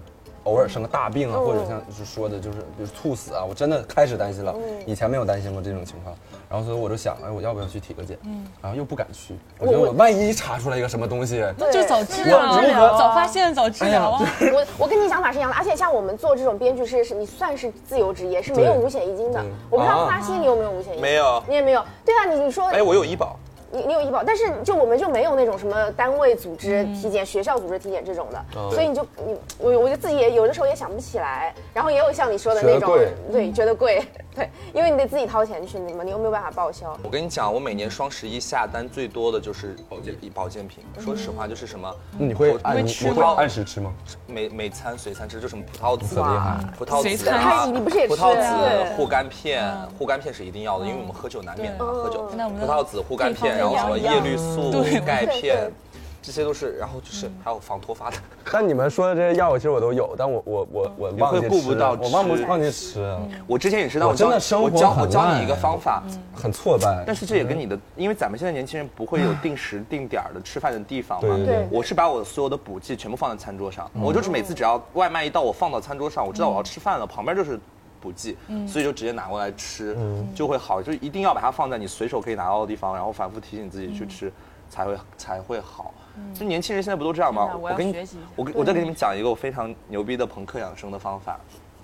偶尔生个大病啊，或者像是说的，就是比如猝死啊，我真的开始担心了，以前没有担心过这种情况。然后所以我就想，哎，我要不要去体个检？然后又不敢去，我觉得我万一查出来一个什么东西，哎
那就早治
我
啊
如何，
早发现早治疗啊。
我我跟你想法是一样的，而且像我们做这种编剧是是，你算是自由职业，是没有
对
五险一金的
嗯。
我不知道
啊
花心你有没有五险一金？
没有
你也没有。对啊，你你说，
哎，我有医保，
你你有医保，但是就我们就没有那种什么单位组织体检、学校组织体检这种的，
哦
所以你就你我我就自己也有的时候也想不起来，然后也有像你说的那
觉得
种
贵，
对，觉得贵， (laughs) 对，因为你得自己掏钱去嘛，你又没有办法报销。
我跟你讲，我每年双十一下单最多的就是保健保健品。说实话，就是什么
你会按
你
你
吃吗
会按时吃吗？
每每餐随餐吃，就什么葡萄籽
很厉
啊
害，
葡萄
随
籽
餐
啊，
吃你不是也
葡萄
吃
籽
啊
护肝片，护肝片是一定要的，因为我们喝酒难免嘛，喝
哦
酒
那我们
葡
的
萄籽护肝片，
配
然
方
后什么
也一
叶
样嗯
绿素
对、嗯
钙
对
片
对，
这些都是，然后就是还有防脱发的。
但你们说的这些药，我其实我都有，但我我我我忘记
你会顾不
吃
到
我忘不
吃
忘记吃，
我之前也是，但
我
我教
真的生
我
活
教
很
我教
烂
你一个方法，
嗯
很挫败。
但是这也
嗯
跟你的，因为咱们现在年轻人不会有定时定点儿的吃饭的地方嘛。
对对对
我是把我所有的补剂全部放在餐桌上，我就是每次只要外卖一到，我放到餐桌上，我知道我要吃饭了，旁边就是补剂，所以就直接拿过
嗯
来吃，就会好。就一定要把它放在你随手可以拿到的地方，然后反复提醒自己去吃。才会才会好。就年轻人现在不都这样
真
吗？
的我
我
要
跟你
学习一下，嗯
我给我再给你们讲一个我非常牛逼的朋克养生的方法，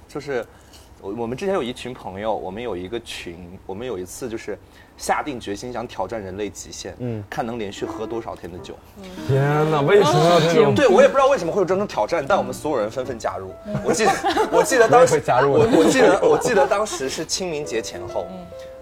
就是我我们之前有一群朋友，我们有一个群，我们有一次就是下定决心想挑战人类极限，嗯，看能连续喝多少天的酒。
天哪，为什么要
哦
这种？
对，我也不知道为什么会有这种挑战，但我们所有人纷纷加入。我记得，我记得当
我
时
也会加入
我
的
我记
(laughs)
得，我记得当时是清明节前后，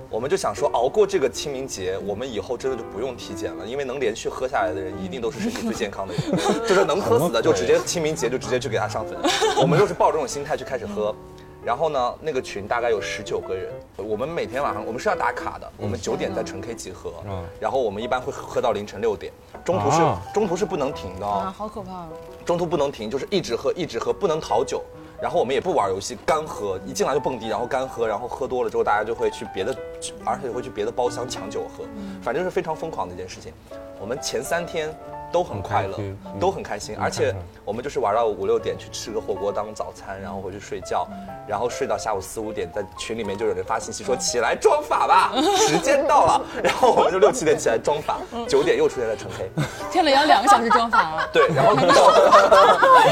我们就想说，熬过这个清明节，我们以后真的就不用体检了，因为能连续喝下来的人，一定都是身体最健康的人，就是能喝死的就直接清明节就直接去给他上坟。我们就是抱这种心态去开始喝。然后呢，那个群大概有十九个人，我们每天晚上我们是要打卡的，我们九点在纯 K 集合，
嗯
然后我们一般会喝到凌晨六点，中途是、
啊
中途是不能停的哦，
啊，好可怕啊！
中途不能停，就是一直喝，一直喝，不能讨酒。然后我们也不玩游戏，干喝，一进来就蹦迪，然后干喝，然后喝多了之后，大家就会去别的，去而且会去别的包厢抢酒喝，反正是非常疯狂的一件事情。我们前三天都很快乐
很开心，嗯
都很开心，而且我们就是玩到五六点去吃个火锅当早餐，然后回去睡觉，然后睡到下午四五点，在群里面就有人发信息说起来装法吧，时间到 (laughs) 了，然后我们就六七点起来装法，九点又出现在成黑。
天哪，要两个小时装法啊！
对，然后到，你知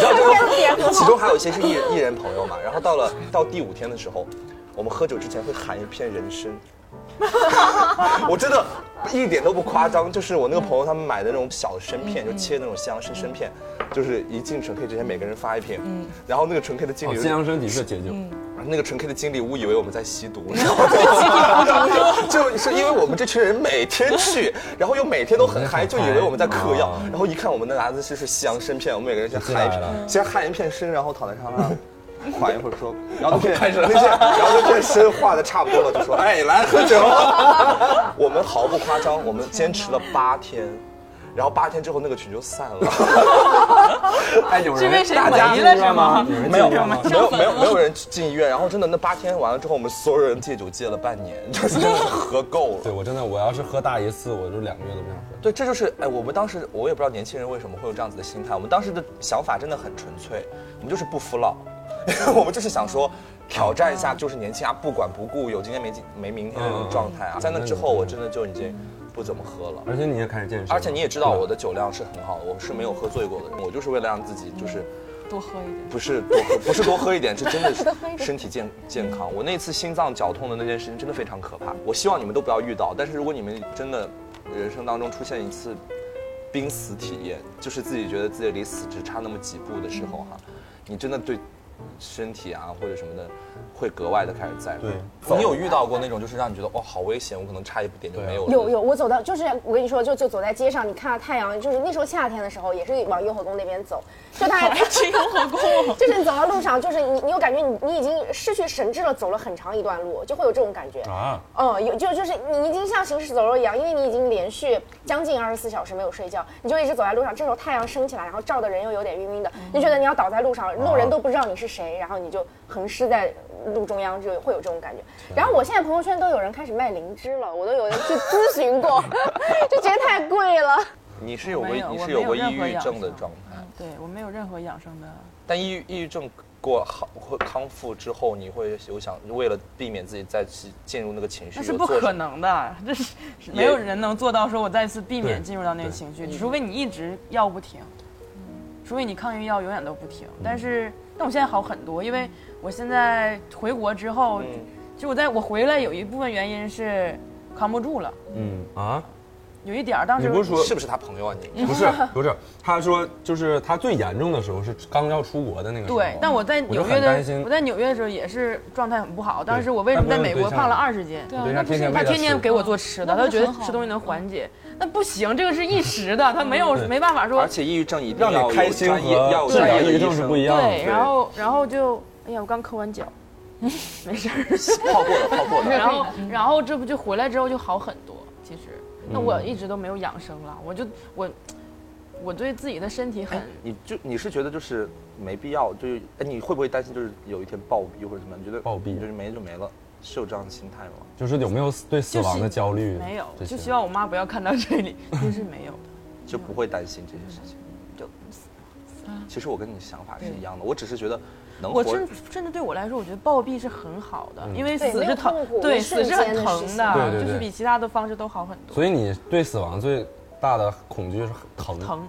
道这个，其中还有一些是艺人艺人朋友嘛。然后到了到第五天的时候，我们喝酒之前会喊一片人参。我真的一点都不夸张，就是我那个朋友他们买的那种小的参片，就切那种西洋参参片，就是一进纯 K 之前每个人发一片，然后那个纯 K 的经
哦
理，
健康身的确解酒，
嗯
那个纯 K 的经理误以为我们在吸毒， (laughs) 然后就是因为我们这群人每天去，然后又每天都很嗨，就以为我们在嗑药
哦，
然后一看我们那拿的是是西洋参片，我们每个人先
就进来
嗨一片
了，
先嗨一片参，然后躺在沙发上。缓一会儿
(laughs)
说，然后那片
开始
那
了
片，然后那片参化的差不多了，就说：“哎，来喝酒。” (laughs) 我们毫不夸张，我们坚持了八天，然后八天之后那个群就散了。
哎，有人
被谁
大家
怀疑了是吗
有人
没有
进
没有
院
没
吗？
有没有没有人进医院，然后真的那八天完了之后，我们所有人戒酒戒了半年，就是真的喝够
对
了。
我真的，我要是喝大一次，我就两个月都不想喝。
对，这就是哎，我们当时我也不知道年轻人为什么会有这样子的心态，我们当时的想法真的很纯粹，我们就是不服老， (laughs) 我们就是想说。挑战一下，就是年轻啊，不管不顾，有今天没今没明天的那种状态啊。在那之后，我真的就已经不怎么喝了。
而且你也开始健身了，
而且你也知道我的酒量是很好的，我是没有喝醉过的人。我就是为了让自己就是
多喝一点。
不是多喝，不是 (laughs) 多喝一点，是真的是身体健健康。我那次心脏绞痛的那件事情真的非常可怕，我希望你们都不要遇到。但是如果你们真的人生当中出现一次濒死体验，就是自己觉得自己离死只差那么几步的时候哈、你真的对身体啊或者什么的会格外的开始在乎。
对
你有遇到过那种就是让你觉得哦好危险，我可能差一步点就没有了？
有有，我走到就是我跟你说，就就走在街上，你看到太阳，就是那时候夏天的时候，也是往雍和宫那边走，就大家 (laughs) 去雍和宫，就是你走到路上，就是你你有感觉你你已经失去神智了，走了很长一段路，就会有这种感觉。
啊，
嗯，有就就是你已经像行尸走肉一样，因为你已经连续将近二十四小时没有睡觉，你就一直走在路上。这时候太阳升起来，然后照的人又有点晕晕的，
嗯
你觉得你要倒在路上，路人都不知道你是谁，然后你就横尸在路中央，就会有这种感觉。
啊
然后我现在朋友圈都有人开始卖灵芝了，我都有人去咨询
(laughs)
过，就觉得太贵了。
你是有过
没有
你
我
是
没
有
有
过
任
抑
何
郁
养
症的
生
状态。
对我没有任何养生的，
但抑郁抑郁症过好会康复之后，你会有想为了避免自己再去进入那个情绪，
那是
有
不
做
可
什么。
能的，
(laughs)
这是
也
没有人能做到说我再次避免
对
进入到那个
对嗯
情绪，除非你一直药不停，除非你抗抑郁药永远都不停。
嗯
但是，但我现在好很多，因为我现在回国之
嗯
后，就我在我回来有一部分原因是扛不住了，
嗯啊，
有一点儿当时
你不是说
是不是他朋友啊你？
嗯
不是不是，他说就是他最严重的时候是刚要出国的那个时候。
对，但我在
我就
纽
很
约的
担心
我在纽约的时候也是状态很不好，当时我为什
但
么
不
在
是
美
对
国
象
胖了
吗
二十斤？
对他天天
他
喂
天天
吃
给我做吃的，
啊嗯那
他
不
就是觉得
很好嗯
吃东西能缓解，那不行，这个是一时的，他没有
嗯对
没办法说
而且抑抑郁症一定
让
要
你开心
有专业要
和
有
治
专
疗
业的
抑郁
医
症是
生 (laughs)
不一样的。
对，然后然后就哎呀，我刚抠完
(laughs)
脚，没事儿，
泡过了，泡过了。
然后然后这不就回来之后就好很多，其实那
嗯
我一直都没有养生了，我就我我对自己的身体
哎
很
你就你是觉得就是没必要，就是哎，你会不会担心就是有一天暴毙或者怎么样？你觉得
暴毙
就是没就没了，是有这样的心态吗？
就是有没有对死亡的焦虑？
没有，
这些
就希望我妈不要看到这里，就是没
(laughs)
有的，
就不会担心这些事情。
就
其实我跟你想法是一样的，我只是觉得能活
我甚甚至对我来说，我觉得暴毙是很好的，因为
对
死
没有
是疼
痛苦，
对
一
死
瞬
是
间
很
的
疼
事情
的，
嗯对对
就
对
是比其他的方式都好很多。
所以你对死亡最大的恐惧是疼。
疼，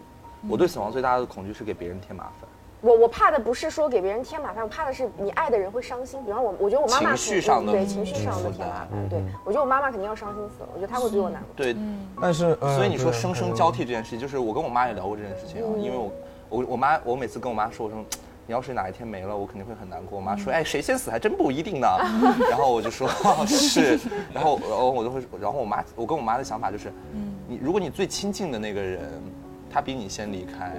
我对死亡最大的恐惧是给别人添麻烦。
我我怕的不是说给别人添麻烦，我怕的是你爱的人会伤心。比方我，我觉得我妈妈
情绪上的
对情绪上的
负
添麻
担
烦，
嗯
对我觉得我妈妈肯定要伤心死了，我觉得她会比我难过。
对，
但是，呃
所以你说
对
生生交替这件事情，就是我跟我妈也聊过这件事情啊，因为我我我妈，我每次跟我妈说，我说。你要是哪一天没了，我肯定会很难过。我妈说：“哎，谁先死还真不一定呢。”然后我就说：“哦是。”然后，然后我就会，然后我妈，我跟我妈的想法就是，你如果你最亲近的那个人，他比你先离开，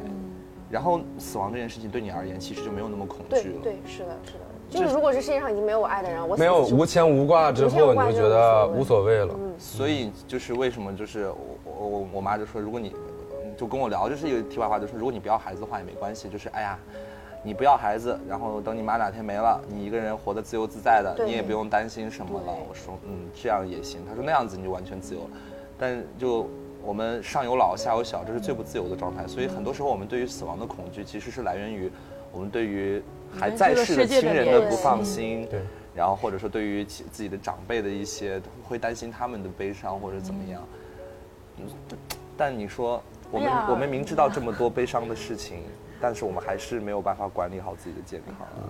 然后死亡这件事情对你而言其实就没有那么恐
对
惧了。
对，是的，是的，就是如果这世界上已经没有我爱的人了，我死
(laughs) 没有
了就
无牵无挂之后，
无牵无
你
挂
就觉
就
得
无
无
所
所谓了。
所以就是为什么就是我我我我妈就说，如果你嗯就跟我聊，就是一个题外话，就是如果你不要孩子的话也没关系，就是哎呀，你不要孩子，然后等你妈哪天没了，你一个人活得自由自在的，
对
你也不用担心什么了
对。
我说嗯，这样也行。她说那样子你就完全自由了，但就。我们上有老下有小，这是最不自由的状态。所以很多时候，我们对于死亡的恐惧，其实是来源于我们对于还在世的亲人的不放心，
对，
然后或者说对于其自己的长辈的一些会担心他们的悲伤或者怎么样。嗯但你说我们、
哎呀
我们明知道这么多悲伤的事情，但是我们还是没有办法管理好自己的健康啊。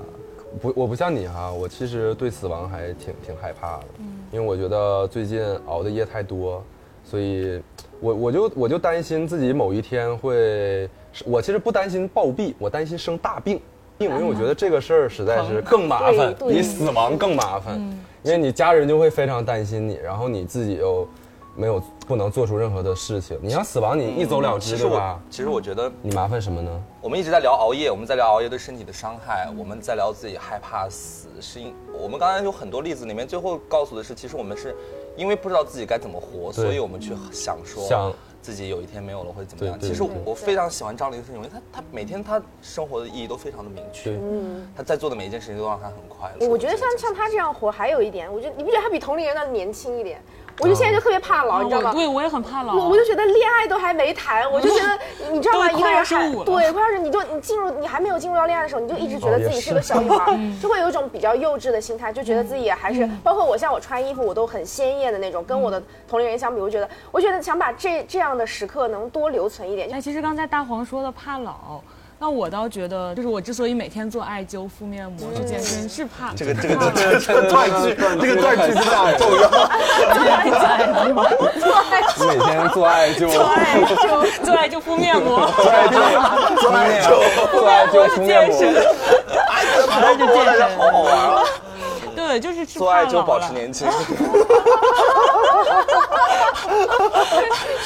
不，我不像你哈、我其实对死亡还挺挺害怕的，因为我觉得最近熬的夜太多，所以我我就我就担心自己某一天会，我其实不担心暴毙，我担心生大病，因为我觉得这个事儿实在是更麻烦，
对对
比死亡更麻烦，因为你家人就会非常担心你，然后你自己又没有不能做出任何的事情，你要死亡你一走了之
其实
对
我
吧？
其实我觉得
你麻烦什么呢？
我们一直在聊熬夜，我们在聊熬夜对身体的伤害，
嗯
我们在聊自己害怕死，是因我们刚才有很多例子里面最后告诉的是，其实我们是因为不知道自己该怎么活，所以我们去想说
想
自己有一天没有了会怎么样。
对对
其实我
对
我非常喜欢张凌的事情，因为他他每天他生活的意义都非常的明确
对，
他在做的每一件事情都让他很快乐。
嗯我觉得像像他这样活，还有一点，我觉得你不觉得他比同龄人的年轻一点？我就现在就特别怕老，你知道吗？
对啊我也很怕
啊
老，
我我就觉得恋爱都还没谈，我就
(laughs)
觉得你知道吗？
都
一个人
快
还
二十五了
对快二十，你就你进入你还没有进入到恋爱的时候，你就一直觉得
哦也
自己是
是
个小女孩， (laughs) 就会有一种比较幼稚的心态，就觉得自己也还是包括我像我穿衣服我都很鲜艳的那种，跟我的同龄人相比，我觉得我觉得想把这这样的时刻能多留存一点，就
哎，其实刚才大黄说的怕老，那我倒觉得，就是我之所以每天做艾灸、敷面膜、去健身，是怕
这个这个这个这个断句，这个断句真的好重
(laughs)
要。
每天做爱就做
爱灸，做艾灸、敷面膜， (laughs)
爱就做爱就做爱就敷面
健
膜。
身，
太多了，好好玩
(laughs)
啊！
对，就是是
做
怕
爱就
老
保
了
持年轻。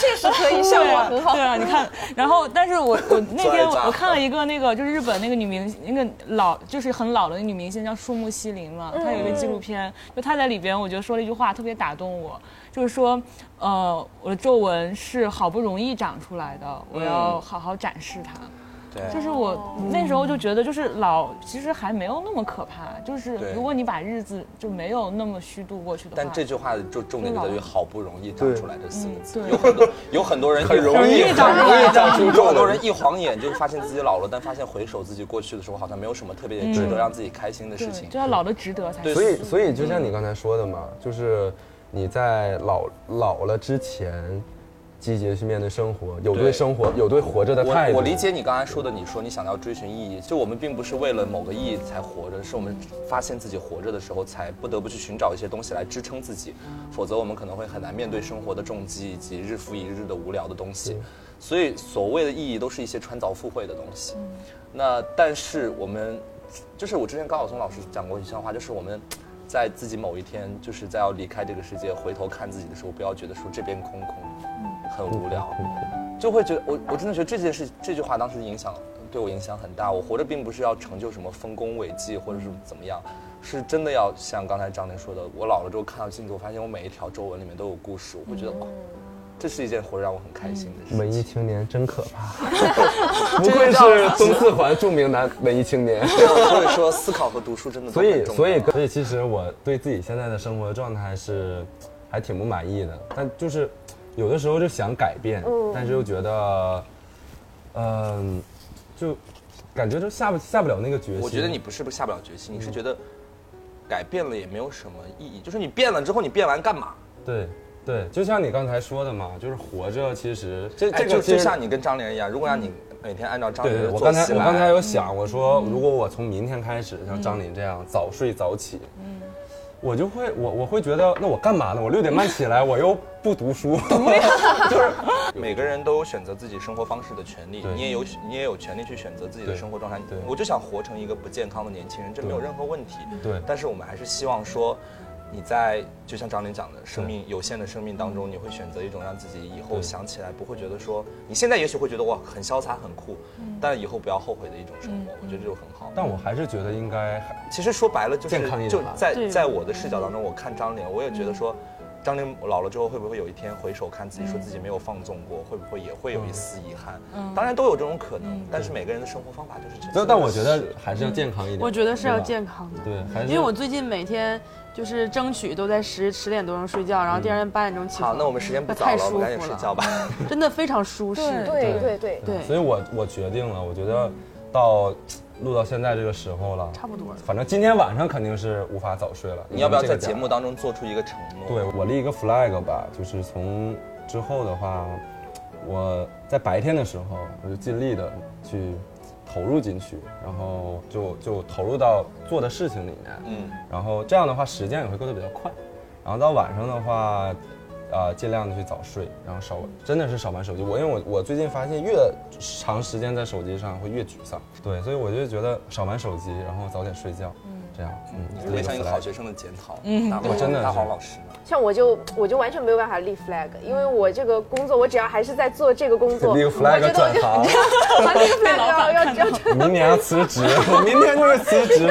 确实可以效
对
果
啊
很好
(laughs) 对。啊，你看，然后但是我
(laughs)
我那天
做爱渣
我看了一个那个就是日本那个女明星，那个老就是很老的那女明星叫树木希林嘛，她有一个纪
嗯
录片，就她在里边我觉得说了一句话特别打动我，就是说，呃，我的皱纹是好不容易长出来的，我要好好展示它。
嗯对
就是我那时候就觉得，就是老其实还没有那么可怕，就是
对
如果你把日子就没有那么虚度过去的话，
但这句话就重点就在于“好不容易长出来”这四个字。
对
有很多 (laughs) 有很多人很
容易
很
长出
容
来
易长
的
有很多人一晃眼就发现自己老了，但发现回首自己过去的时候，好像没有什么特别值得让自己开心的事
对，
情
就。要老的值得才
对
所以，所以就像你刚才说的嘛，就是你在老老了之前，积极地去面对生活，有
对
对生活，有对活着的态
我
度。
我理解你刚才说的，你说你想要追寻意义，就我们并不是为了某个意义才活着，是我们发现自己活着的时候，才不得不去寻找一些东西来支撑自己，
嗯
否则我们可能会很难面对生活的重击以及日复一日的无聊的东西。所以所谓的意义，都是一些穿凿附会的东西。
嗯
那但是我们，就是我之前高晓松老师讲过一句话，就是我们。在自己某一天，就是在要离开这个世界，回头看自己的时候，不要觉得说这边空空，很无聊，就会觉得我我真的觉得这件事这句话当时影响对我影响很大。我活着并不是要成就什么丰功伟绩或者是怎么样，是真的要像刚才张琳说的，我老了之后看到镜子，我发现我每一条皱纹里面都有故事，我会觉得、哦，这是一件活着让我很开心的事
文艺
情。
青年真可
(laughs)
怕，不愧是东四环著名男文艺青年。
所以说，思考和读书真的都
所以，
很重要
所以，所以，其实我对自己现在的生活状态是还挺不满意的，但就是有的时候就想改变，但是又觉得，嗯、就感觉就下不下不了那个决心。
我觉得你不是不下不了决
嗯
心，你是觉得改变了也没有什么意义，就是你变了之后，你变完干嘛？
对对，就像你刚才说的嘛，就是活着，其实这
哎
这个
就就
其实嗯
像你跟张玲一样，如果让你每天按照张
对
玲
对，
的
我
作
刚才
息
我
来，
刚才有想，我说如果我从明天开始像张琳这样早睡早起，我就会我我会觉得那我干嘛呢？我六点半起来，我又不读书，
(laughs)
就是
每个人都有选择自己生活方式的权利
对，
你也有你也有权利去选择自己的
对
生活状态
对。
我就想活成一个不健康的年轻人，这没有任何问题。
对
但是我们还是希望说，你在就像张琳讲的，生命有限的生命当中，你会选择一种让自己以后
对
想起来不会觉得说，你现在也许会觉得哇很潇洒很酷，
嗯
但以后不要后悔的一种生活，我觉得这就很好。
但我还是觉得应该
其实说白了就是
健康一点
就
吧
在在我的视角当中，我看张琳，我也觉得说，张琳老了之后会不会有一天回首看自己，说自己没有放纵过，会不会也会
嗯
有一丝遗憾？当然都有这种可能，但是每个人的生活方法就是这
但
样。
但我觉得还是要健康一点。
嗯我觉得是
对
要
吧
健康的。
对，还是
因为我最近每天就是争取都在十十点多钟睡觉，然后第二天八点钟起
(laughs) 好，
床，
那我们时间不
那
早
太
了，我
舒
们赶紧
服
睡
了
觉吧。
真的非常舒适。
对对对，
对
所以我我决定了，我觉得到录到现在这个时候了，
差不多了
反正今天晚上肯定是无法早睡了。
你要不要
因为嗯
在
这个
节
点
目当中做出一个承诺？嗯
对我立一个 flag 吧，就是从之后的话，我在白天的时候，我就尽力的去投入进去，然后就就投入到做的事情里面，
嗯，
然后这样的话时间也会过得比较快，然后到晚上的话。啊、尽量的去早睡，然后少真的是少玩手机。我因为我我最近发现越长时间在手机上会越沮丧，对，所以我就觉得少玩手机，然后早点睡觉，这样，嗯，
特别像一个好
flag
学生的检讨。嗯，
我真的
大
是
黄老师呢？
像我就我就完全没有办法立 flag，因为我这个工作，我只要还是在做这个工作，
立个 flag 转行。
(laughs) 我
(laughs)
立个 flag 要要要
明年要辞职，我明天就是辞职。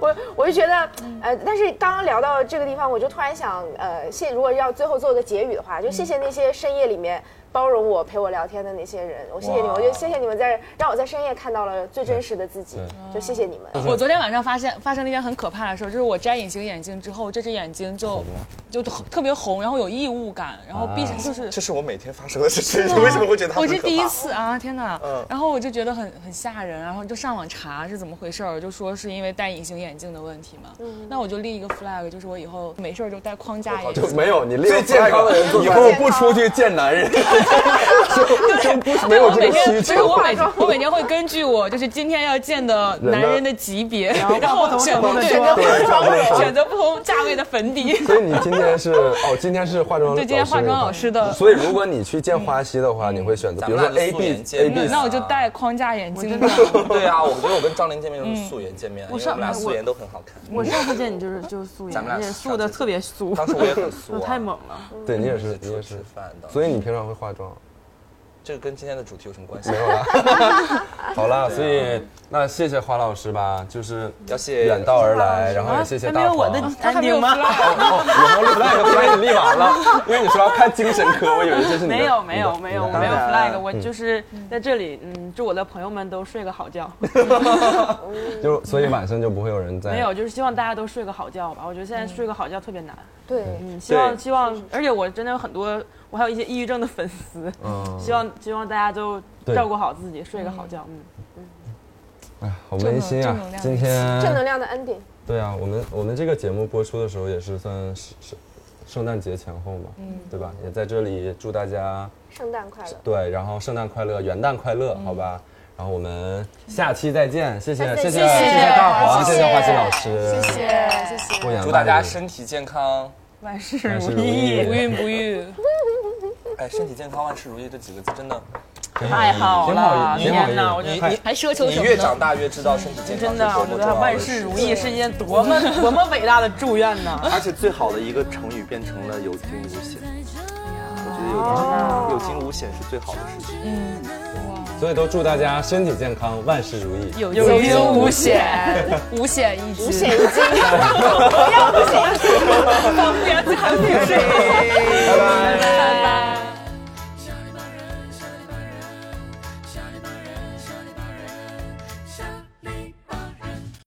我我就觉得，呃，但是刚刚聊到这个地方，我就突然想，呃，谢，如果要最后做个结语的话，就谢谢那些深夜里面包容我、陪我聊天的那些人，我谢谢你们，
哇
我就谢谢你们在让我在深夜看到了最真实的自己，就谢谢你们。
我昨天晚上发现发生了一件很可怕的事儿，就是我摘隐形眼镜之后，这只眼睛就就特别红，然后有异物感，然后闭上就是
(laughs) 啊这是我每天发生的事情，你为什么会觉得它
我
很
是
可
第一
怕
次啊，天哪！
嗯
然后我就觉得很很吓人，然后就上网查是怎么回事儿，就说是因为戴隐形眼镜的问题嘛。
嗯
那我就立一个 flag，就是我以后没事儿就戴框架眼镜。
没有你立
最健康的人做
以后不出去见男人，就就不没有
我
这
每
个需
天就
(laughs)
是
求
我。每我每天会根据我就是今天要见的男人的级别，然后选择对
对，化妆师
选择不同价位的粉底。
所以你今天是哦，今天是化妆
对，今天化妆老师的，
所以如果你去见花溪的话，你会选择
嗯咱
比如
们
说
俩
A
素
B
颜见
A
面
B
啊
嗯那我就戴框架眼镜吧。
(laughs) 对啊，我觉得我跟张琳见面就是素颜见面，因为我们俩素颜都很好看。
嗯我上次见你就是就是素颜，
咱们俩
而且素的特别素，
当时我也很素啊
太猛了。
对你也是，你
出
也
去
是
吃。饭的，
所以你平常会化妆？
这个跟今天的主题有什么关系
没？有啦。好啦，所以那谢谢花老师吧，就是
啊要谢
远道而来，然后也
啊
谢谢
还
大
没有我的
黄
安定吗？
哦，我后立 flag 不让你立
(laughs)
完了，因为你说要看精神科，我以为这是你的
没有没
嗯
有没有，我没有
当然
flag，我就是在这里，嗯，祝我的朋友们都睡个好觉。
嗯你的就所以晚上就不会有人在
(laughs) 没有，就是希望大家都睡个好觉吧。我觉得现在睡个好觉特别难。
对，
嗯，希望希望，而且我真的有很多，我还有一些抑郁症的粉丝，(laughs)
嗯
希望希望大家都
对
照顾好自己，睡个好觉。嗯，
哎呀好温馨
正
啊
能量！
今
正能
天
量的 ending，
对啊，我们我们这个节目播出的时候也是算是是圣诞节前后嘛，对吧？也在这里祝大家
圣诞快乐。
对，然后圣诞快乐，元旦快乐，好吧？然后我们下期再见，谢谢
下
谢
次
谢
见
谢谢大黄，谢
谢谢
谢花心老师，
谢谢谢谢。
不言
祝大
万
家
语
身体健康，
万事
万事
如
如 (laughs) 意，
不孕不育，
哎，身体健康，万事如意这几个字
(laughs)
真的，
(laughs) 太好
挺好
了，
挺好
天哪，我觉
你
得。
你
还奢求
你
什么
越
呢？
长大越知道身体健
真
康是
的，
多
我
么
觉
重
得
要
万
的
事
事
如
情。
意是一件多么多么伟大的祝愿呢！
而且最好的一个成语变成了有惊无险，
哦
我觉得有惊有惊无险是最好的事情。
所以都祝大家身体健康，万事如意。
有惊无险，五险一金。
险一金，不要不